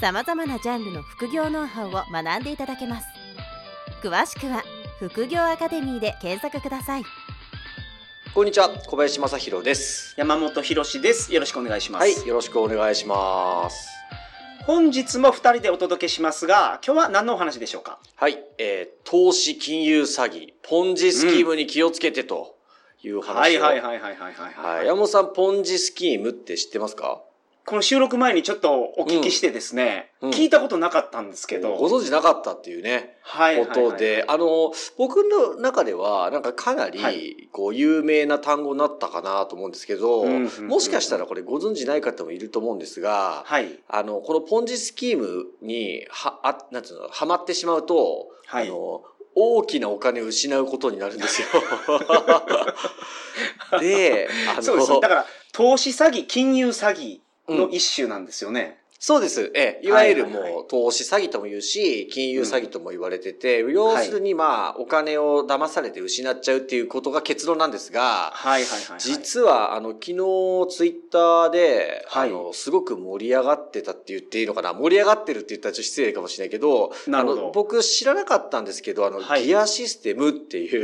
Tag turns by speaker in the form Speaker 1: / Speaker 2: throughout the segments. Speaker 1: さまざまなジャンルの副業ノウハウを学んでいただけます詳しくは「副業アカデミー」で検索ください
Speaker 2: こんにちは、小林正弘です。
Speaker 3: 山本博史です。よろしくお願いします。
Speaker 2: はい、よろしくお願いします。
Speaker 3: 本日も二人でお届けしますが、今日は何のお話でしょうか
Speaker 2: はい、えー、投資金融詐欺、ポンジスキームに気をつけてという話を。
Speaker 3: はいはいはいはいはいはい、
Speaker 2: はい。
Speaker 3: はい
Speaker 2: 山本さん、ポンジスキームって知ってますか
Speaker 3: この収録前にちょっとお聞きしてですね、
Speaker 2: うんうん
Speaker 3: 聞いたことなかったんですけど、
Speaker 2: ご存知なかったっていうね、
Speaker 3: はいはい
Speaker 2: こ
Speaker 3: はい
Speaker 2: とで、あの、僕の中では、なんかかなり、
Speaker 3: はい
Speaker 2: こう、有名な単語になったかなと思うんですけど、
Speaker 3: うんうんうん
Speaker 2: もしかしたらこれご存知ない方もいると思うんですが、
Speaker 3: はい。
Speaker 2: あの、このポンジスキームに、は、あ、なんつうの、はまってしまうと、
Speaker 3: はい
Speaker 2: あの、大きなお金を失うことになるん ですよ。で、あの、
Speaker 3: そうですね。だから、投資詐欺、金融詐欺の
Speaker 2: うん
Speaker 3: 一種なんですよね。
Speaker 2: そうです。ええ、いわゆる
Speaker 3: はいはいは
Speaker 2: もう、投資詐欺とも言うし、金融詐欺とも言われてて、要するにまあ、お金を騙されて失っちゃうっていうことが結論なんですが、
Speaker 3: はいはいはい、はい。
Speaker 2: 実は、あの、昨日、ツイッターで、
Speaker 3: はい
Speaker 2: あの、すごく盛り上がってたって言っていいのかな盛り上がってるって言ったらちょっと失礼かもしれないけど、
Speaker 3: なるほ
Speaker 2: あの
Speaker 3: ど。
Speaker 2: 僕知らなかったんですけど、あの、
Speaker 3: はい
Speaker 2: ギアシステムってい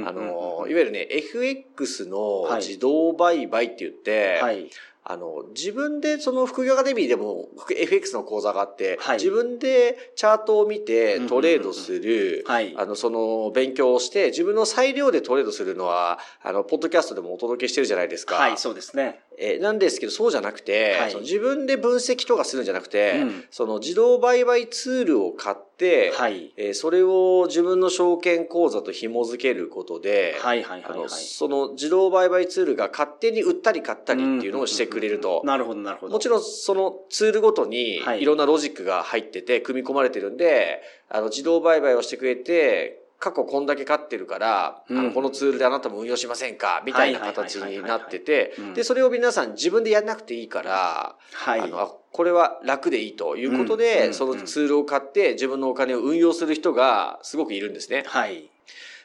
Speaker 2: う、あ
Speaker 3: あ
Speaker 2: の、いわゆるね、FX の
Speaker 3: はい
Speaker 2: 自動売買って言って、
Speaker 3: はい。
Speaker 2: あの、自分でその副業アカデミーでも FX の講座があって、
Speaker 3: はい
Speaker 2: 自分でチャートを見て
Speaker 3: うんうんうんうん
Speaker 2: トレードする、
Speaker 3: はい。
Speaker 2: あの、その、勉強をして、自分の裁量でトレードするのは、あの、ポッドキャストでもお届けしてるじゃないですか。
Speaker 3: はい、そうですね。
Speaker 2: えーなんですけど、そうじゃなくて、
Speaker 3: はい
Speaker 2: その自分で分析とかするんじゃなくて、
Speaker 3: うん
Speaker 2: その自動売買ツールを買って、
Speaker 3: はい。
Speaker 2: えーそれを自分の証券口座と紐付けることで、
Speaker 3: はいはい
Speaker 2: あ
Speaker 3: はい、
Speaker 2: の
Speaker 3: はい。
Speaker 2: その自動売買ツールが勝手に売ったり買ったりっていうのをしてくれると。
Speaker 3: なるほどなるほど。
Speaker 2: もちろんそのツールごとに
Speaker 3: はい
Speaker 2: いろんなロジックが入ってて組み込まれてるんで、あの自動売買をしてくれて、過去こんだけ買ってるから、あ
Speaker 3: う
Speaker 2: の
Speaker 3: ん
Speaker 2: このツールであなたも運用しませんかみたいな形になってて
Speaker 3: はいはいはいはいはいうん、
Speaker 2: で、それを皆さん自分でやんなくていいから、
Speaker 3: はい。
Speaker 2: あの、あこれは楽でいいということで、
Speaker 3: うん
Speaker 2: その
Speaker 3: うん
Speaker 2: ツールを買って自分のお金を運用する人がすごくいるんですね。
Speaker 3: はい。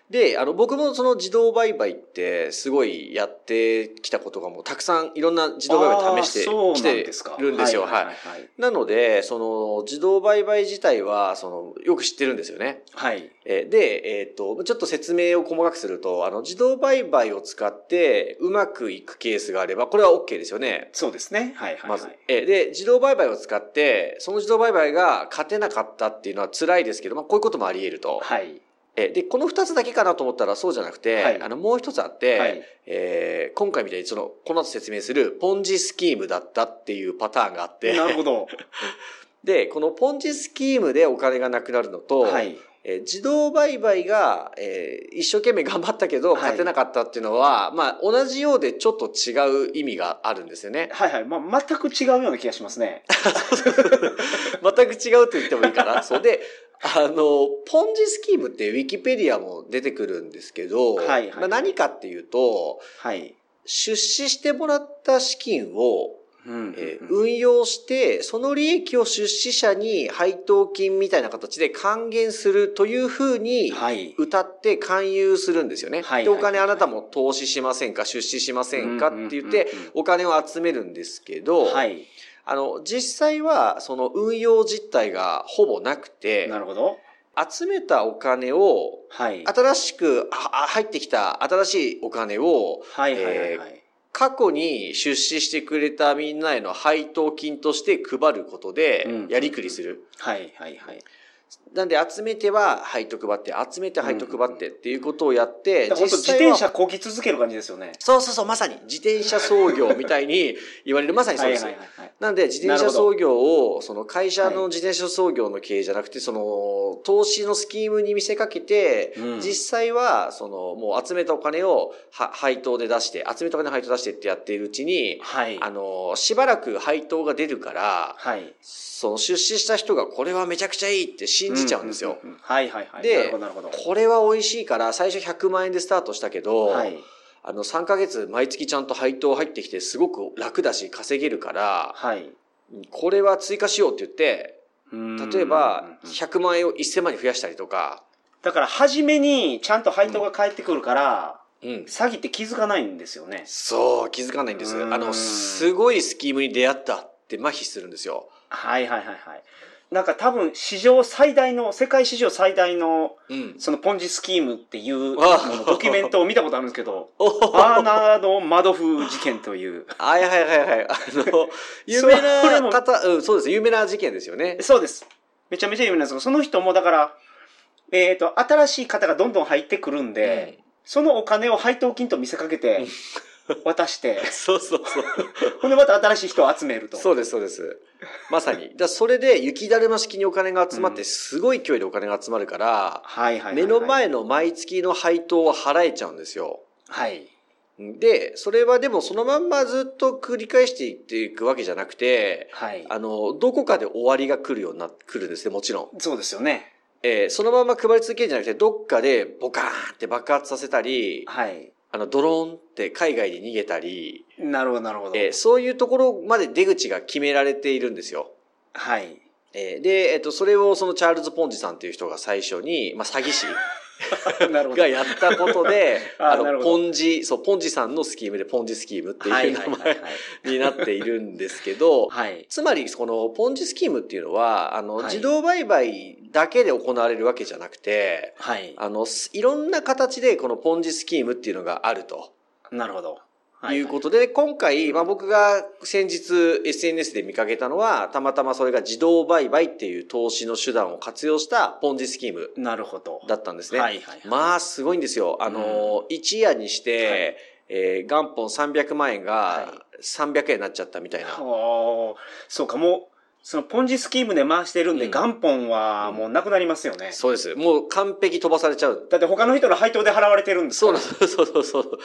Speaker 2: で、あの、僕もその自動売買ってすごいやってきたことがもうたくさんいろんな自動売買試してきてるんですよ。はい。
Speaker 3: はい。
Speaker 2: なので、その自動売買自体は、その、よく知ってるんですよね。
Speaker 3: はい。
Speaker 2: えーで、えっ、と、ちょっと説明を細かくすると、あの、自動売買を使ってうまくいくケースがあれば、これは OK ですよね。
Speaker 3: そうですね。はいはい、
Speaker 2: ま
Speaker 3: はい。
Speaker 2: ず。えーで、自動売買を使って、その自動売買が勝てなかったっていうのは辛いですけど、まあ、こういうこともあり得ると。
Speaker 3: はい。
Speaker 2: えーで、この二つだけかなと思ったらそうじゃなくて、
Speaker 3: はい
Speaker 2: あの、もう一つあって、
Speaker 3: はい。
Speaker 2: えー今回みたいにその、この後説明する、ポンジスキームだったっていうパターンがあって、
Speaker 3: なるほど。
Speaker 2: で、このポンジスキームでお金がなくなるのと、
Speaker 3: はい。
Speaker 2: えー自動売買が、えー一生懸命頑張ったけど、
Speaker 3: はい。
Speaker 2: 勝てなかったっていうのは、まあ、同じようでちょっと違う意味があるんですよね
Speaker 3: はいはい。まあ、全く違うような気がしますね。
Speaker 2: 全く違うと言ってもいいか な。そうで、あの、ポンジスキームってウィキペディアも出てくるんですけど、
Speaker 3: はいはいはい
Speaker 2: まあ、何かっていうと、
Speaker 3: はい。
Speaker 2: 出資してもらった資金を、
Speaker 3: うん
Speaker 2: えー
Speaker 3: うん
Speaker 2: 運用して、その利益を出資者に配当金みたいな形で還元するというふうに、
Speaker 3: はい。
Speaker 2: 歌って勧誘するんですよね。
Speaker 3: はい
Speaker 2: で、
Speaker 3: はい
Speaker 2: お金あなたも投資しませんか出資しませんかって言っ
Speaker 3: うん
Speaker 2: て
Speaker 3: うんうんうん、
Speaker 2: お金を集めるんですけど、
Speaker 3: はい。
Speaker 2: あの、実際は、その運用実態がほぼなくて
Speaker 3: な、るほど。
Speaker 2: 集めたお金を、
Speaker 3: はい。
Speaker 2: 新しく、ああ入ってきた新しいお金を、
Speaker 3: はいはいはいはい。
Speaker 2: 過去に出資してくれたみんなへの配当金として配ること
Speaker 3: う
Speaker 2: で
Speaker 3: ん、
Speaker 2: やりくりする。
Speaker 3: はいはいはい。
Speaker 2: なんで集めては配当配って、集めて配当配ってっていうことをやって、
Speaker 3: だから本当
Speaker 2: 実
Speaker 3: 自
Speaker 2: 際は
Speaker 3: 転車こぎ続ける感じですよね。
Speaker 2: そうそうそう、まさに自転車操業みたい に言われる、まさにそうです。
Speaker 3: はい。
Speaker 2: なんで自転車操業を、その会社の自転車操業の経営じゃなくて、その投資のスキームに見せかけて、
Speaker 3: うん
Speaker 2: 実際は、そのもう集めたお金をは配当で出して、集めたお金を配当出してってやっているうちに、
Speaker 3: はい。
Speaker 2: あの、しばらく配当が出るから、
Speaker 3: はい。
Speaker 2: その出資した人がこれはめちゃくちゃいいって信じちゃうんですよ。
Speaker 3: ううう。はいはいはい。
Speaker 2: で
Speaker 3: なるほどなるほど。
Speaker 2: これは美味しいから、最初100万円でスタートしたけど、
Speaker 3: はい。
Speaker 2: あの、3ヶ月毎月ちゃんと配当入ってきて、すごく楽だし、稼げるから、
Speaker 3: はい。
Speaker 2: これは追加しようって言って、例
Speaker 3: 例
Speaker 2: えば、100万円を1000万に増やしたりとか、
Speaker 3: だから初めにちゃんと配当が返ってくるから、
Speaker 2: うん。
Speaker 3: 詐欺って気づかないんですよね。
Speaker 2: そう、気づかないんです。
Speaker 3: うん
Speaker 2: あの、すごいスキームに出会ったって麻痺するんですよ。
Speaker 3: はいはいはいはい。なんか多分史上最大の、世界史上最大の
Speaker 2: うん。
Speaker 3: そのポンジスキームっていう
Speaker 2: あ
Speaker 3: あのドキュメントを見たことあるんですけど、
Speaker 2: おほ
Speaker 3: バーナード・マドフ事件という。
Speaker 2: はいはいはいはい。あ の、有名
Speaker 3: それも
Speaker 2: な方、うん、そうです。有名な事件ですよね。
Speaker 3: そうです。めちゃめちゃ有名なんですけど、その人もだから、えっ、と、新しい方がどんどん入ってくるんで、そのお金を配当金と見せかけて、渡して
Speaker 2: うん、そうそうそう。
Speaker 3: ほんでまた新しい人を集める と。
Speaker 2: そうです、そうです。まさに。だからそれで雪だるま式にお金が集まっ
Speaker 3: う
Speaker 2: て、すごい勢いでお金が集まるから、
Speaker 3: はいはいはい、はい。
Speaker 2: 目の前の毎月の配当を払えちゃうんですよ。
Speaker 3: はい。
Speaker 2: で、それはでもそのまんまずっと繰り返していっていくわけじゃなくて、
Speaker 3: はい。
Speaker 2: あの、どこかで終わりが来るようになってくるんですね、もちろん。
Speaker 3: そうですよね。
Speaker 2: えーそのまま配り続けるんじゃなくて、どっかでボカーンって爆発させたり、
Speaker 3: はい。
Speaker 2: あの、ドローンって海外に逃げたり、
Speaker 3: なるほど、なるほど。
Speaker 2: えーそういうところまで出口が決められているんですよ。
Speaker 3: はい。
Speaker 2: えーで、えっと、それをそのチャールズ・ポンジさんっていう人が最初に、まあ、詐欺 師
Speaker 3: なるほ ど。
Speaker 2: がやったことで、
Speaker 3: あ
Speaker 2: あ
Speaker 3: なる
Speaker 2: の、
Speaker 3: ほど
Speaker 2: ポンジ、そう、ポンジさんのスキームでポンジスキームって
Speaker 3: はいいうは
Speaker 2: 名
Speaker 3: いはい
Speaker 2: 前
Speaker 3: は い。
Speaker 2: になっているんですけど、
Speaker 3: はい。
Speaker 2: つまり、このポンジスキームっていうのは、あの、
Speaker 3: はい
Speaker 2: 自動売買だけで行われるわけじゃなくて、
Speaker 3: はい。
Speaker 2: あの、すいろんな形でこのポンジスキームっていうのがあると。
Speaker 3: なるほど。はい
Speaker 2: いうことで、今回、まあ、僕が先日 SNS で見かけたのは、たまたまそれが自動売買っていう投資の手段を活用したポンジスキーム
Speaker 3: なるほど。
Speaker 2: だったんですね。
Speaker 3: はいはいはい。
Speaker 2: まあ、すごいんですよ。あの、一夜にして、えー元本300万円
Speaker 3: は
Speaker 2: が300円になっちゃったみたいな。
Speaker 3: はあ、そうか、もう、そのポンジスキームで回してるんで、
Speaker 2: うん
Speaker 3: 元本はもうなくなりますよね。
Speaker 2: そうです。もう完璧飛ばされちゃう。
Speaker 3: だって他の人の配当で払われてるんです
Speaker 2: そう
Speaker 3: か
Speaker 2: な
Speaker 3: ら
Speaker 2: んです。そうそうそう。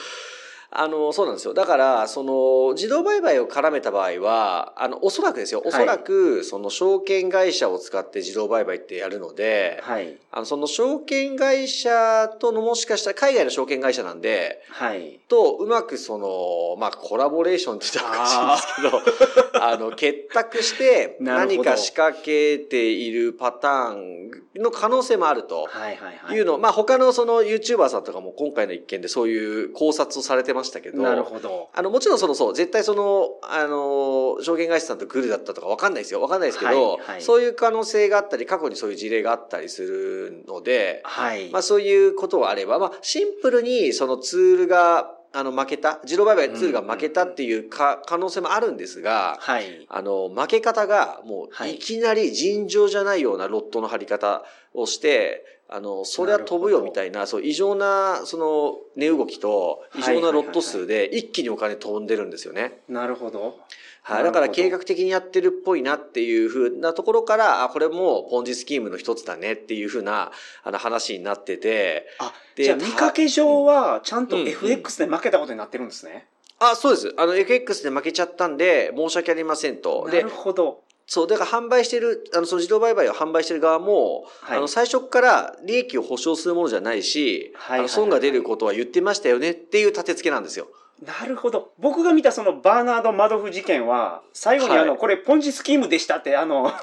Speaker 2: あの、そうなんですよ。だから、その、自動売買を絡めた場合は、あの、おそらくですよ。おそらく、その、証券会社を使って自動売買ってやるので、
Speaker 3: はい。
Speaker 2: あの、その、証券会社とのもしかしたら、海外の証券会社なんで、
Speaker 3: はい。
Speaker 2: と、うまくその、まあ、コラボレーションって言ったらおかしいんですけど、 あの、結託して、
Speaker 3: なるほ
Speaker 2: 何
Speaker 3: ど
Speaker 2: か仕掛けているパターンの可能性もあると。
Speaker 3: はいはいはい
Speaker 2: いうの、まあ、他のその YouTuber さんとかも今回の一件でそういう考察をされてましたけど、
Speaker 3: なるほど。
Speaker 2: あの、もちろんそのそう、絶対その、あの、証券会社さんとグルだったとかわかんないですよ。わかんないですけど、
Speaker 3: はいはい
Speaker 2: そういう可能性があったり、過去にそういう事例があったりするので、
Speaker 3: はい。
Speaker 2: まあ、そういうことがあれば、まあ、シンプルにそのツールが、あの、負けた、自動売買のツールが負けたっていうか、可能性もあるんですが、
Speaker 3: はい。
Speaker 2: あの、負け方が、も
Speaker 3: は
Speaker 2: う、
Speaker 3: い
Speaker 2: いきなり尋常じゃないようなロットの張り方をして、あの、そりゃ飛ぶよみたいな、そう、異常な、その、値動きと、
Speaker 3: はい
Speaker 2: 異常なロット数で、一気にお金飛んでるんですよね。
Speaker 3: なるほど。
Speaker 2: は。
Speaker 3: ない
Speaker 2: だ
Speaker 3: るほど
Speaker 2: から、計画的にやってるっぽいなっていうふうなところから、あ、これも、ポンジスキームの一つだねっていうふうな、あの、話になってて、
Speaker 3: あ、
Speaker 2: で
Speaker 3: じゃあ見かけ上は、ちゃんと
Speaker 2: うんうん
Speaker 3: FX で負けたことになってるんですね。
Speaker 2: あ、そうです。あの、FX で負けちゃったんで、申し訳ありませんと。
Speaker 3: な
Speaker 2: で
Speaker 3: る、ほど。
Speaker 2: そう、だから販売してる、あの、その自動売買を販売してる側も、
Speaker 3: はい
Speaker 2: あの、最初から利益を保証するものじゃないし、
Speaker 3: はい
Speaker 2: あの損が出ることは言ってましたよねっていう立て付けなんですよ。
Speaker 3: なるほど。僕が見たそのバーナード・マドフ事件は、最後にあの、
Speaker 2: はい
Speaker 3: これポンジスキームでしたって、あの、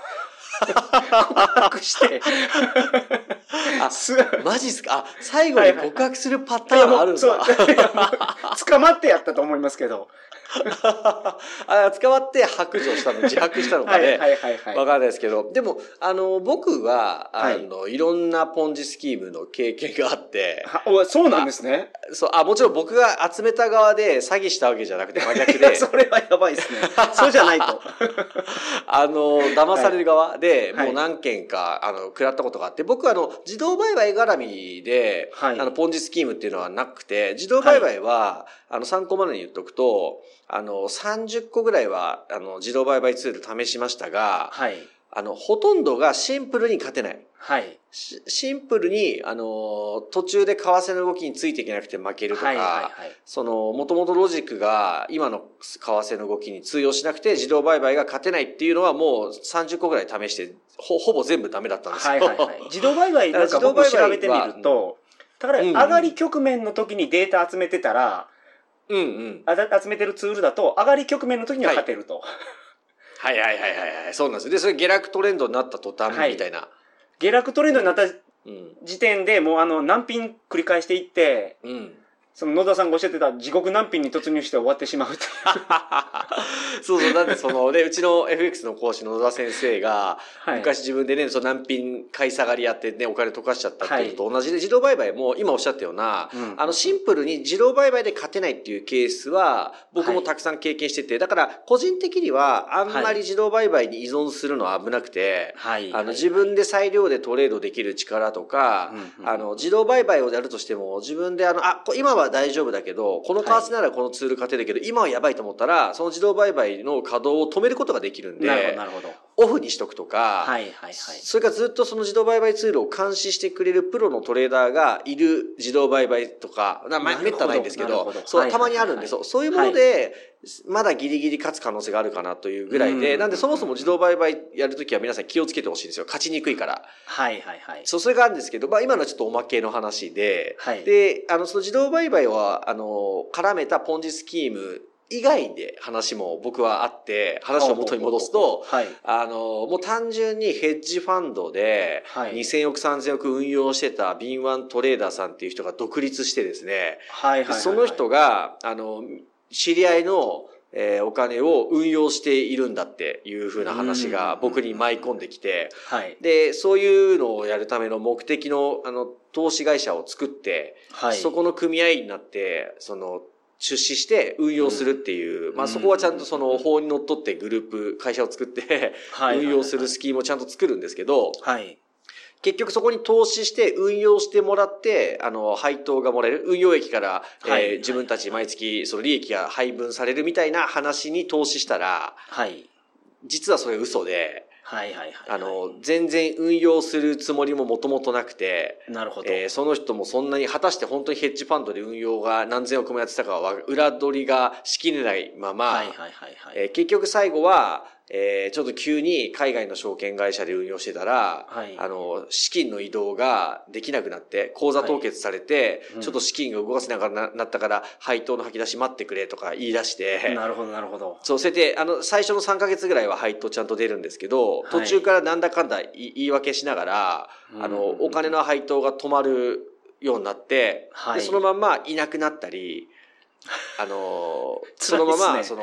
Speaker 3: 告白して、
Speaker 2: あ
Speaker 3: す
Speaker 2: マジっすかあ、最後に告白するパターンあるん
Speaker 3: そう
Speaker 2: だ。
Speaker 3: いやもう捕まってやったと思いますけど。
Speaker 2: あ捕まって白状 したの、自白したのかね。
Speaker 3: はいはいはい
Speaker 2: わ
Speaker 3: はい。
Speaker 2: かんないですけど、でも、あの、僕は、
Speaker 3: は
Speaker 2: あ
Speaker 3: い
Speaker 2: の、い、ろんなポンジスキームの経験があって、
Speaker 3: はおそうなんですね。
Speaker 2: そう、あ、もちろん僕が集めた側で詐欺したわけじゃなくて真逆
Speaker 3: いや
Speaker 2: で、
Speaker 3: それはやばいですね。そうじゃな いと。
Speaker 2: あの、騙される側で、
Speaker 3: はい
Speaker 2: もう何件か、あの、食らったことがあって、僕はあの、自動売買絡みで、
Speaker 3: はい
Speaker 2: あの、ポンジスキームっていうのはなくて、自動売買は、あの、参考までに言っとくと、あの、30個ぐらいは、あの、自動売買ツール試しましたが、
Speaker 3: はい。
Speaker 2: あの、ほとんどがシンプルに勝てない。
Speaker 3: はい。
Speaker 2: しシンプルに、あのー途中で為替の動きについていけなくて負けるとか、
Speaker 3: はいはい
Speaker 2: その、もともとロジックが今の為替の動きに通用しなくて自動売買が勝てないっていうのはもう30個ぐらい試して、ほほぼ全部ダメだったんですよ。
Speaker 3: はい。はいはいはい。自動売買なんか
Speaker 2: だから
Speaker 3: 僕
Speaker 2: 自動売買は
Speaker 3: 調べてみると、だから
Speaker 2: うん
Speaker 3: 上がり局面の時にデータ集めてたら、
Speaker 2: うんうん。
Speaker 3: あた集めてるツールだと、上がり局面の時には勝てると。
Speaker 2: はいはいはいはいはい。そうなんですよ。で、それ下落トレンドになった途端
Speaker 3: はい
Speaker 2: みたいな。
Speaker 3: 下落トレンドになった
Speaker 2: うん。
Speaker 3: 時点でもうあの難品繰り返していって、
Speaker 2: うん。
Speaker 3: その野田さんがおっしゃってた地獄難品に突入して終わってしまうという。
Speaker 2: そうそう、なんでその、で、うちの FX の講師の野田先生が、
Speaker 3: はい。
Speaker 2: 昔自分でね、その難品買い下がりやってね、お金溶かしちゃったっていうのと同じで、自動売買も今おっしゃったような、
Speaker 3: うん
Speaker 2: あの、シンプルに自動売買で勝てないっていうケースは、僕も
Speaker 3: はい
Speaker 2: たくさん経験してて、だから、個人的には、あんま
Speaker 3: はい
Speaker 2: り自動売買に依存するのは危なくて、
Speaker 3: はい。
Speaker 2: あの、自分で裁量でトレードできる力とか、
Speaker 3: うんうん
Speaker 2: あの、自動売買をやるとしても、自分であの、あ、こ今は大丈夫だけど、この為替ならこのツール勝てるけど、今はやばいと思ったら、その自動売買の稼働を止めることができるん
Speaker 3: なるほど、
Speaker 2: で
Speaker 3: な、るほど。
Speaker 2: オフにしとくとか、
Speaker 3: はいはいはい。
Speaker 2: それからずっとその自動売買ツールを監視してくれるプロのトレーダーがいる自動売買とか、なま
Speaker 3: なるほど
Speaker 2: めったないんですけ
Speaker 3: なる
Speaker 2: ど
Speaker 3: ほど、
Speaker 2: そ
Speaker 3: は
Speaker 2: う、
Speaker 3: い
Speaker 2: たまにあるん
Speaker 3: はいはいは
Speaker 2: で、
Speaker 3: い
Speaker 2: そう、そういうもので、まだギリギリ勝つ可能性があるかなというぐらいで、
Speaker 3: うん
Speaker 2: なんでそもそも自動売買やるときは皆さん気をつけてほしいんですよ。勝ちにくいから。
Speaker 3: はいはいはい。
Speaker 2: そう、それがあるんですけど、まあ今のはちょっとおまけの話で、
Speaker 3: はい。
Speaker 2: で、あの、その自動売買は、あの、絡めたポンジスキーム以外で話も僕はあって、話を元に戻すと、
Speaker 3: はい。
Speaker 2: あの、もう単純にヘッジファンドで、
Speaker 3: はい
Speaker 2: 2000億3000億運用してた敏腕トレーダーさんっていう人が独立してですね、
Speaker 3: はいはい
Speaker 2: で
Speaker 3: はい。
Speaker 2: その人が、あの、知り合いの、えーお金を運用しているんだっていう風な話が
Speaker 3: うん
Speaker 2: 僕に舞い込んできて、
Speaker 3: はい。
Speaker 2: で、そういうのをやるための目的の、あの、投資会社を作って、
Speaker 3: はい。
Speaker 2: そこの組合員になって、その、出資して運用するっていう、まあそこはちゃんとその法にのっとってグループ、会社を作って、
Speaker 3: はい
Speaker 2: 運用するスキームをちゃんと作るんですけど、
Speaker 3: はい。
Speaker 2: 結局そこに投資して運用してもらって、あの、配当がもらえる。運用益から、
Speaker 3: はい
Speaker 2: えー自分たち毎月その利益が配分されるみたいな話に投資したら、
Speaker 3: はい。
Speaker 2: 実はそれ嘘で、
Speaker 3: はいはいはいはい。
Speaker 2: あの、、全然運用するつもりももともとなくて、
Speaker 3: なるほど。
Speaker 2: えーその人もそんなに果たして本当にヘッジファンドで運用が何千億もやってたかは裏取りがしきれないまま、
Speaker 3: はいはいはいはい。
Speaker 2: えー結局最後は、えーちょっと急に海外の証券会社で運用してたら、
Speaker 3: はい
Speaker 2: あの、資金の移動ができなくなって、口座凍結されて、
Speaker 3: はいうん
Speaker 2: ちょっと資金が動かせながらななったから、配当の吐き出し待ってくれとか言い出して、
Speaker 3: なるほどなるほど。
Speaker 2: そう、それで、あの、最初の3ヶ月ぐらいは配当ちゃんと出るんですけど、
Speaker 3: はい
Speaker 2: 途中からなんだかんだい言い訳しながら、あの、
Speaker 3: うん
Speaker 2: お金の配当が止まるようになって、
Speaker 3: はい
Speaker 2: でそのまんまいなくなったり、あの、そのま
Speaker 3: 辛い
Speaker 2: ま、
Speaker 3: っす
Speaker 2: そ
Speaker 3: ね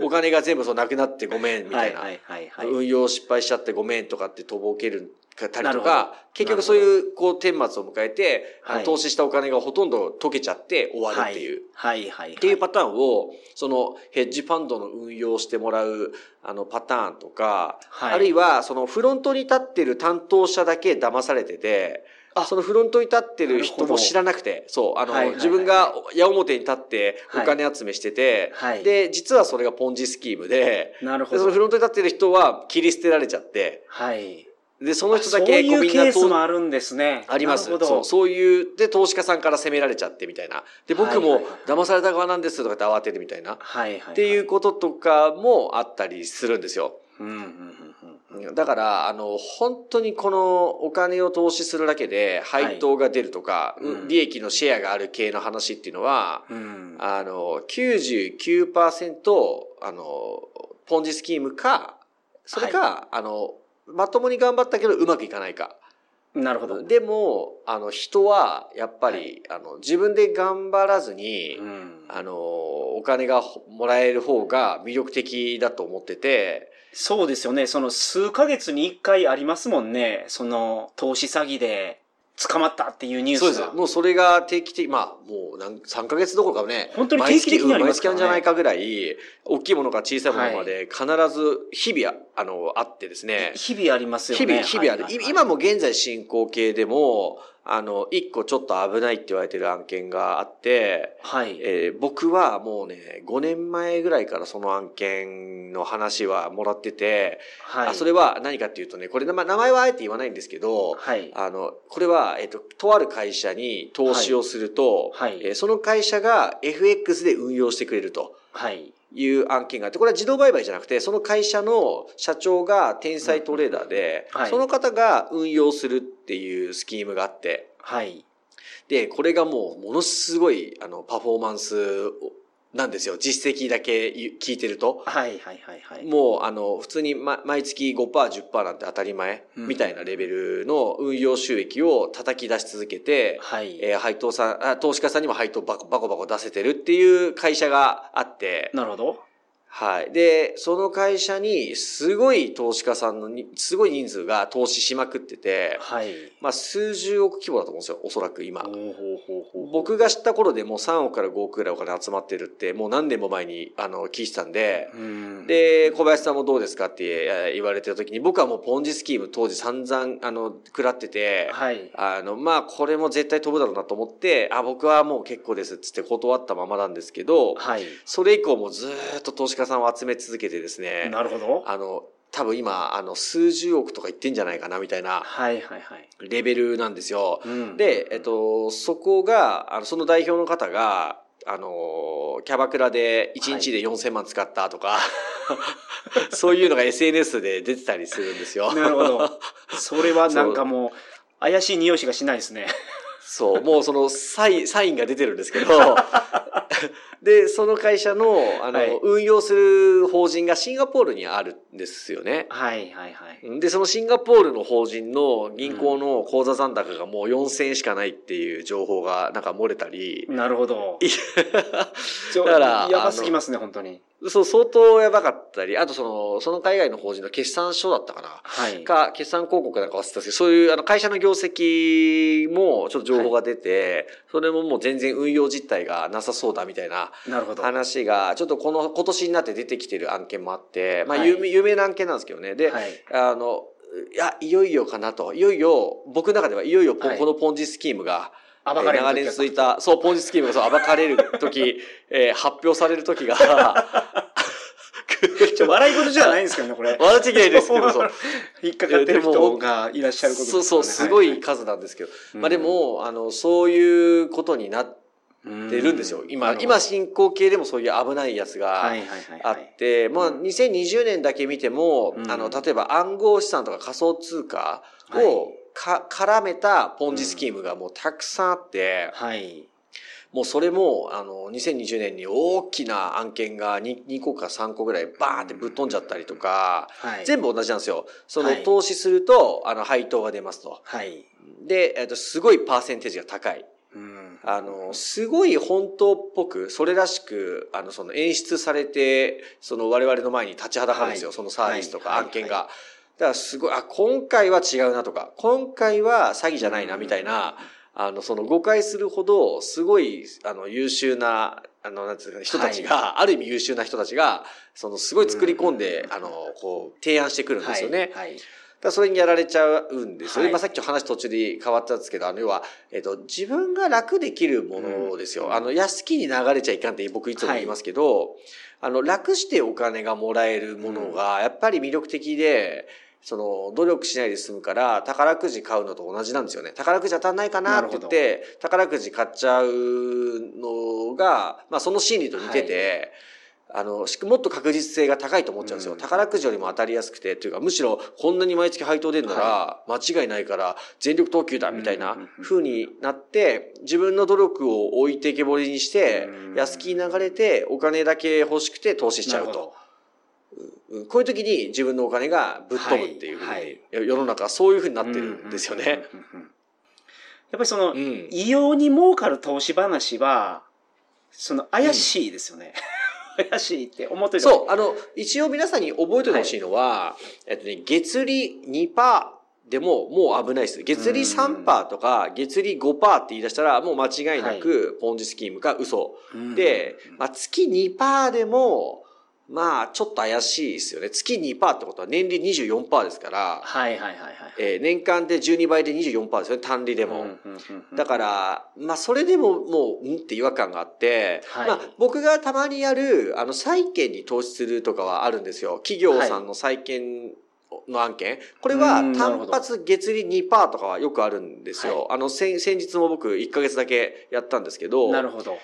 Speaker 2: の、お金が全部そうなくなってごめんみたいな、
Speaker 3: はいはいはいはい。
Speaker 2: 運用失敗しちゃってごめんとかってとぼけるかたりと
Speaker 3: なる
Speaker 2: か、結局そういう、こう、顛末を迎えて、あの
Speaker 3: はい
Speaker 2: 投資したお金がほとんど溶けちゃって終わるっていう。
Speaker 3: はいはいはい。
Speaker 2: っていうパターンを、そのヘッジファンドの運用をしてもらう、あの、パターンとか、
Speaker 3: はい
Speaker 2: あるいは、そのフロントに立ってる担当者だけ騙されてて、
Speaker 3: あ
Speaker 2: そのフロントに立ってる
Speaker 3: なる
Speaker 2: 人
Speaker 3: ほど
Speaker 2: も知らなくて、そう、あの、
Speaker 3: はいはいはい
Speaker 2: 自分が矢面に立って
Speaker 3: はい
Speaker 2: お金集めしてて、
Speaker 3: はい
Speaker 2: で、実はそれがポンジスキームで、
Speaker 3: なるほ
Speaker 2: でその
Speaker 3: ど
Speaker 2: フ。ロントに立ってる人は切り捨てられちゃって、
Speaker 3: はい。
Speaker 2: で、その人だ
Speaker 3: そう
Speaker 2: け
Speaker 3: いう
Speaker 2: みん
Speaker 3: ケ
Speaker 2: な
Speaker 3: ース
Speaker 2: 投
Speaker 3: もあるんですね。
Speaker 2: あります
Speaker 3: なる
Speaker 2: そ
Speaker 3: ほ
Speaker 2: う。
Speaker 3: ど。
Speaker 2: そういう、で、投資家さんから責められちゃってみたいな。で、僕
Speaker 3: は
Speaker 2: も
Speaker 3: いはいはい
Speaker 2: 騙された側なんですとかって慌てるみたいな。
Speaker 3: はいはいはい。
Speaker 2: っていう。こととかもあったりするんですよ。
Speaker 3: うんうんうんうん。
Speaker 2: だから、あの、本当にこのお金を投資するだけで配当が出るとか、
Speaker 3: はいうん
Speaker 2: 利益のシェアがある系の話っていうのは、
Speaker 3: うん。
Speaker 2: あの、99%、あの、ポンジスキームか、それか、あの、まともに頑張ったけどうまくいかないか。
Speaker 3: なるほど。う
Speaker 2: でも、あの、人は、やっぱり、あの、自分で頑張らずに、
Speaker 3: ん
Speaker 2: あの、お金がほもらえる方が魅力的だと思ってて、
Speaker 3: そうですよね。その数ヶ月に一回ありますもんね。その投資詐欺で捕まったっていうニュース
Speaker 2: そう
Speaker 3: が。
Speaker 2: です。もうそれが定期的、まあ、もう何、3ヶ月どころかね、
Speaker 3: 本当に定期的にあり
Speaker 2: 毎
Speaker 3: ます
Speaker 2: 月
Speaker 3: か
Speaker 2: 毎月な
Speaker 3: ら
Speaker 2: ん
Speaker 3: ね。
Speaker 2: じゃないかぐらい、大きいものから小さいものまで、必ず日々あ、あの、あってですね。
Speaker 3: 日々ありますよ
Speaker 2: 日
Speaker 3: ね。
Speaker 2: 々、日々ある。
Speaker 3: はいはいはい
Speaker 2: 今も現在進行形でも、あの、一個ちょっと危ないって言われてる案件があって、
Speaker 3: はい。
Speaker 2: えー僕はもうね、5年前ぐらいからその案件の話はもらってて、
Speaker 3: はい。
Speaker 2: あそれは何かっていうとね、これ、まあ名前はあえて言わないんですけど、
Speaker 3: はい。
Speaker 2: あの、これは、えっと、とある会社に投資をすると、
Speaker 3: はいはい
Speaker 2: えーその会社が FX で運用してくれると。
Speaker 3: はい。
Speaker 2: いう案件があって、これは自動売買じゃなくて、その会社の社長が天才トレーダーで、
Speaker 3: うんはい
Speaker 2: その方が運用するっていうスキームがあって、
Speaker 3: はい。
Speaker 2: で、これがもうものすごい、あの、パフォーマンスをなんですよ。実績だけ言う聞いてると。
Speaker 3: はい。はい。はい。はい。
Speaker 2: もう、あの、普通に、ま、毎月5%、10%なんて当たり前、
Speaker 3: うん
Speaker 2: みたいなレベルの運用収益を叩き出し続けて、
Speaker 3: はい。
Speaker 2: えー配当さんあ、投資家さんにも配当バコバコバコ出せてるっていう会社があって、
Speaker 3: なるほど。
Speaker 2: はい。で、その会社にすごい投資家さんのに、すごい人数が投資しまくってて、
Speaker 3: はい。
Speaker 2: まあ数十億規模だと思うんですよ、おそらく今。
Speaker 3: ほうほうほうほう
Speaker 2: 僕が知った頃でもう3億から5億ぐらいお金集まってるって、もう何年も前に、あの、聞いてたんで、
Speaker 3: うん、
Speaker 2: で、小林さんもどうですかってえー言われてた時に、僕はもうポンジスキーム当時散々、あの、食らってて、
Speaker 3: はい。
Speaker 2: あの、まあ、これも絶対飛ぶだろうなと思って、あ、僕はもう結構ですっつって断ったままなんですけど、
Speaker 3: はい。
Speaker 2: それ以降もずーっと投資家さんを集め続けてですね、
Speaker 3: なるほど。
Speaker 2: あの、多分今、あの、数十億とかいってんじゃないかな、みたいな
Speaker 3: はい。はい。はい。
Speaker 2: レベルなんですよ。
Speaker 3: うん
Speaker 2: で、えっ、と、そこが、あの、その代表の方が、あの、キャバクラで1日で4000万使ったとか、 そういうのが SNS で出てたりするんですよ。
Speaker 3: なる ほど。それはなんかもう、怪しい匂いしかしないですね。
Speaker 2: そう、もうそのサイン、サインが出てるん ですけど、で、その会社の、あの、
Speaker 3: はい
Speaker 2: 運用する法人がシンガポールにあるんですよね。
Speaker 3: はい。はい。はい。
Speaker 2: で、そのシンガポールの法人の銀行の口座残高がもう4000円しかないっていう情報がなんか漏れたり、
Speaker 3: なるほど。ちょ
Speaker 2: だから
Speaker 3: やばすぎますね、本当に。
Speaker 2: そう、相当やばかったり、あとその、その海外の法人の決算書だったかな。
Speaker 3: はい。
Speaker 2: か、決算広告なんか忘れてたんですけど、そういうあの会社の業績もちょっと情報が出て、それももう全然運用実態がなさそうだみたいな
Speaker 3: なるほど。はい。
Speaker 2: 話が、ちょっとこの今年になって出てきてる案件もあって、まあ
Speaker 3: はい
Speaker 2: 有名、有名な案件なんですけどね。で、あの、いや、いよいよかなと。いよいよ、僕の中ではいよいよポ
Speaker 3: はい
Speaker 2: このポンジスキームが、
Speaker 3: 暴
Speaker 2: え
Speaker 3: か
Speaker 2: ー
Speaker 3: れる
Speaker 2: 長
Speaker 3: 時
Speaker 2: 年
Speaker 3: が
Speaker 2: 続いた、そう、ポンジスキームがそう暴かれる 時、えー発表される時が、
Speaker 3: ちょ笑い事じゃないんですけどね、これ。
Speaker 2: 笑っちゃいけないですけど、そう。
Speaker 3: 引っかかってる人がいらっしゃることです
Speaker 2: そうそう、すごい数なんですけど。まあで、も、あの、そういうことになっ
Speaker 3: 出
Speaker 2: てるんですよ。今、今進行形でもそういう危ないやつ
Speaker 3: は
Speaker 2: が
Speaker 3: いはいはい
Speaker 2: あ
Speaker 3: は
Speaker 2: っ
Speaker 3: い。
Speaker 2: て、まあ
Speaker 3: うん
Speaker 2: 2020年だけ見ても
Speaker 3: う、ん
Speaker 2: あの、例えば暗号資産とか仮想通貨
Speaker 3: はい
Speaker 2: をか絡めたポンジスキームがもうたくさんあって、
Speaker 3: はい。
Speaker 2: もうそれも、あの、2020年に大きな案件が 2, 2個か3個ぐらいバーンってぶっ飛んじゃったりとか、
Speaker 3: はい。
Speaker 2: 全部同じなんですよ。その
Speaker 3: はい
Speaker 2: 投資すると、あの、配当が出ますと。
Speaker 3: はい。
Speaker 2: で、えっと、すごいパーセンテージが高い。
Speaker 3: うん
Speaker 2: あの、すごい本当っぽく、それらしく、あの、その演出されて、その我々の前に立ちはだかるんですよ、
Speaker 3: はい
Speaker 2: そのサービスとか
Speaker 3: はい
Speaker 2: 案件が。
Speaker 3: は
Speaker 2: だからすごい、あ、今回は違うなとか、今回は詐欺じゃないな、
Speaker 3: うん
Speaker 2: みたいな、あの、その誤解するほど、すごい、あの、優秀な、あの、なんていうか、人たちが、ある意味優秀な人たちが、その、すごい作り込んで、
Speaker 3: うん
Speaker 2: あの、こう、提案してくるんですよね。
Speaker 3: はい。
Speaker 2: だからそれにやられちゃうんですよね。
Speaker 3: はい
Speaker 2: まあさっきの話途中で変わったんですけど、あの要は、えっと、自分が楽できるものですよ。
Speaker 3: うん
Speaker 2: あの、安きに流れちゃいかんって僕いつも言いますけど、あの、楽してお金がもらえるものが、やっぱり魅力的で、その、努力しないで済むから、宝くじ買うのと同じなんですよね。宝くじ当たんないかなって言って、宝くじ買っちゃうのが、まあその心理と似てて、あの、しもっと確実性が高いと思っちゃうんですよ。
Speaker 3: うん
Speaker 2: 宝くじよりも当たりやすくて、というか、むしろこんなに毎月配当出るなら、間違いないから、全力投球だ、みたいな
Speaker 3: うん
Speaker 2: 風になって、自分の努力を置いてけぼりにして
Speaker 3: う、ん
Speaker 2: 安気に流れて、お金だけ欲しくて投資しちゃう
Speaker 3: なる
Speaker 2: と。うんこういう時に自分のお金がぶっ飛ぶっていうふうに、
Speaker 3: はいはい
Speaker 2: 世世の中はそういうふうになってるんですよね。
Speaker 3: うんうんうんうん。やっぱりその
Speaker 2: う、ん。
Speaker 3: 異様に儲かる投資話は、その怪しいですよね。怪しいって思ってる
Speaker 2: そう、あの、一応皆さんに覚えておいてほしいのは、えっとね、月利2%でももう危ないです。月利3%とか、月利5%って言い出したら、もう間違いなく、ポンジスキームか嘘。
Speaker 3: うん
Speaker 2: で、まあ、月2%でも、まあ、ちょっと怪しいですよね。月2%ってことは年利24%ですから、
Speaker 3: はいはいはいはい。
Speaker 2: えー年間で12倍で24%ですよね、単利でも。
Speaker 3: うんうんうんうん
Speaker 2: だから、まあ、それでももう、うんって違和感があって、
Speaker 3: はい
Speaker 2: まあ、僕がたまにやる、あの、債券に投資するとかはあるんですよ。企業さんの債券の案件。これは
Speaker 3: うんなるほ
Speaker 2: 単
Speaker 3: ど
Speaker 2: 発月利2%とかはよくあるんですよ。あの、先、先日も僕1ヶ月だけやったんですけど、
Speaker 3: なるほど。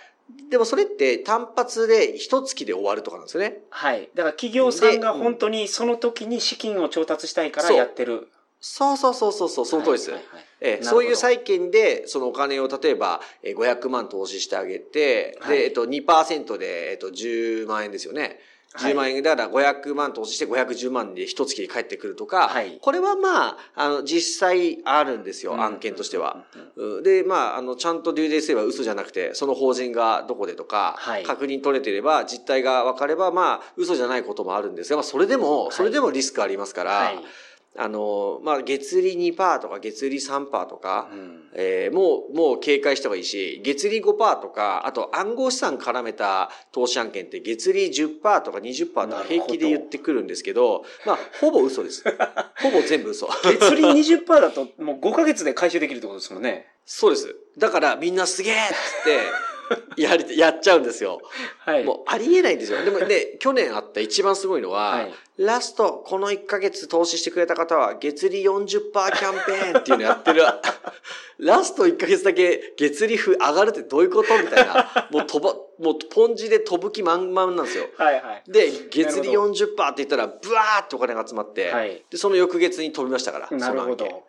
Speaker 2: でもそれって単発で一月で終わるとかなんですよね。
Speaker 3: はい。だから企業さんが本当にその時に資金を調達したいからやってる。
Speaker 2: そうそうそうそうそう、その通りです。
Speaker 3: はいはいはい
Speaker 2: ええ
Speaker 3: なるほど
Speaker 2: そういう債券で、そのお金を例えば、えー500万投資してあげて、
Speaker 3: はい
Speaker 2: で、えっと、2%で、えっと、10万円ですよね。
Speaker 3: はい
Speaker 2: 10万円、だから500万投資して510万で一月に返ってくるとか、
Speaker 3: はい
Speaker 2: これはまあ、あの、実際あるんですよ、
Speaker 3: うん
Speaker 2: 案件としては。
Speaker 3: うんうん
Speaker 2: うんで、まあ、あの、ちゃんと流デすれば嘘じゃなくて、その法人がどこでとか、
Speaker 3: はい
Speaker 2: 確認取れてれば、実態が分かれば、まあ、嘘じゃないこともあるんですが、まあ、それでも、
Speaker 3: はい
Speaker 2: それでもリスクありますから、
Speaker 3: はい。
Speaker 2: あの、まあ、月利2%とか、月利3%とか、
Speaker 3: うん
Speaker 2: えーもう、もう警戒した方がいいし、月利5%とか、あと暗号資産絡めた投資案件って月利10%とか20%とか平気で言ってくるんですけど、まあ、ほぼ嘘 です。ほぼ全部嘘。
Speaker 3: 月利20%だともう5ヶ月で回収できるってことですもんね。
Speaker 2: そうです。だからみんなすげえっつって、やり、やっちゃうんですよ。
Speaker 3: はい。
Speaker 2: もうありえないんですよ。でもね、去年あった一番すごいのは、
Speaker 3: はい。
Speaker 2: ラスト、この1ヶ月投資してくれた方は、月利40%キャンペーンっていうのやってる。 ラスト1ヶ月だけ月利上がるってどういうことみたいな。もう飛ば、もうポンジで飛ぶ気満々なんですよ。
Speaker 3: はいはい。
Speaker 2: で、月利
Speaker 3: なる
Speaker 2: 40%って言ったら、ブワーってお金が集まって、
Speaker 3: はい
Speaker 2: で、その翌月に飛びましたから、
Speaker 3: な
Speaker 2: そ
Speaker 3: る
Speaker 2: の
Speaker 3: ほ
Speaker 2: 案件。
Speaker 3: ど。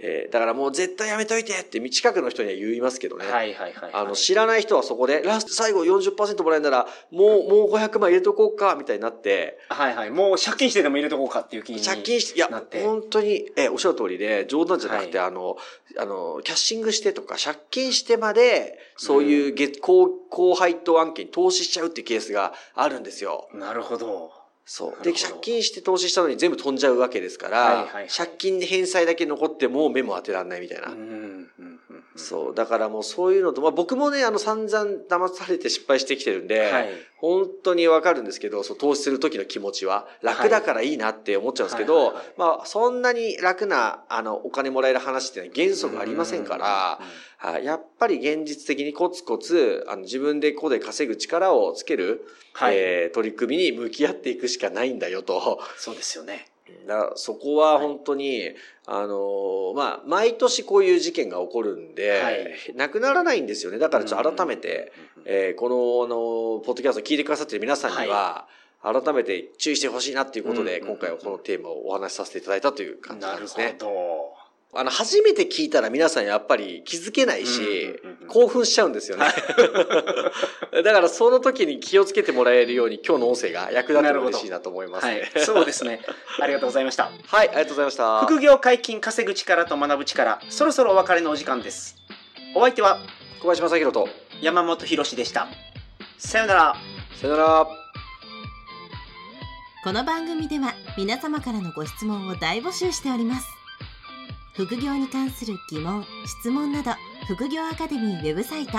Speaker 2: えーだからもう絶対やめといてって近くの人には言いますけどね。
Speaker 3: はいはいはい。
Speaker 2: あの、知らない人はそこで、ラスト最後40%もらえるなら、もう、もう500万入れとこうか、みたいになって、
Speaker 3: はいはい。もう借金してでも入れとこうかっていう気に。
Speaker 2: 借金して、いや
Speaker 3: なって、
Speaker 2: 本当に、え、おっしゃる通りで、冗談じゃなくて、あの、あの、キャッシングしてとか、借金してまで、そういう月、高、高配当案件に投資しちゃうっていうケースがあるんですよ。
Speaker 3: なるほど。
Speaker 2: そう。
Speaker 3: なる
Speaker 2: で、
Speaker 3: ほど
Speaker 2: 借金して投資したのに全部飛んじゃうわけですから、
Speaker 3: はいはいはい
Speaker 2: 借金で返済だけ残ってもう目も当てられないみたいな。
Speaker 3: うんうんうんうん。
Speaker 2: そう。だからもうそういうのと、まあ僕もね、あの散々騙されて失敗してきてるんで、
Speaker 3: はい。
Speaker 2: 本当にわかるんですけど、そう投資する時の気持ちは楽だからいいなって思っちゃうんですけ
Speaker 3: はいはい
Speaker 2: ど
Speaker 3: はいはい、
Speaker 2: まあそんなに楽なあのお金もらえる話っていうのは原則ありませんから、あやっぱり現実的にコツコツあの自分でここで稼ぐ力をつける、
Speaker 3: はい。
Speaker 2: えー取り組みに向き合っていくしかないんだよと。
Speaker 3: そうですよね。
Speaker 2: だからそこは本当に、あのーまあ、毎年こういう事件が起こるんで、
Speaker 3: はい
Speaker 2: なくならないんですよね。だからちょっと改めて、
Speaker 3: うんうんうん、
Speaker 2: えーこの、あのーポッドキャストを聞いてくださっている皆さんには、改めて注意してほしいなっていうことで、
Speaker 3: うん
Speaker 2: 今回はこのテーマをお話しさせていただいたという感じ
Speaker 3: な
Speaker 2: なん
Speaker 3: る
Speaker 2: です
Speaker 3: ほ
Speaker 2: ね。
Speaker 3: ど。
Speaker 2: あの、初めて聞いたら皆さんやっぱり気づけないし、
Speaker 3: うんうんうんうん
Speaker 2: 興奮しちゃうんですよ ね。だからその時に気をつけてもらえるように今日の音声が役立っても嬉しいなと思います
Speaker 3: はい
Speaker 2: ね。。
Speaker 3: そうですね。ありがとうございました。
Speaker 2: はい、ありがとうございました。
Speaker 3: 副業解禁稼ぐ力と学ぶ力、そろそろお別れのお時間です。お相手は
Speaker 2: 小林正宏と、
Speaker 3: 山本博史でした。さよなら。
Speaker 2: さよなら。
Speaker 1: この番組では皆様からのご質問を大募集しております副業に関する疑問・質問など副業アカデミーウェブサイト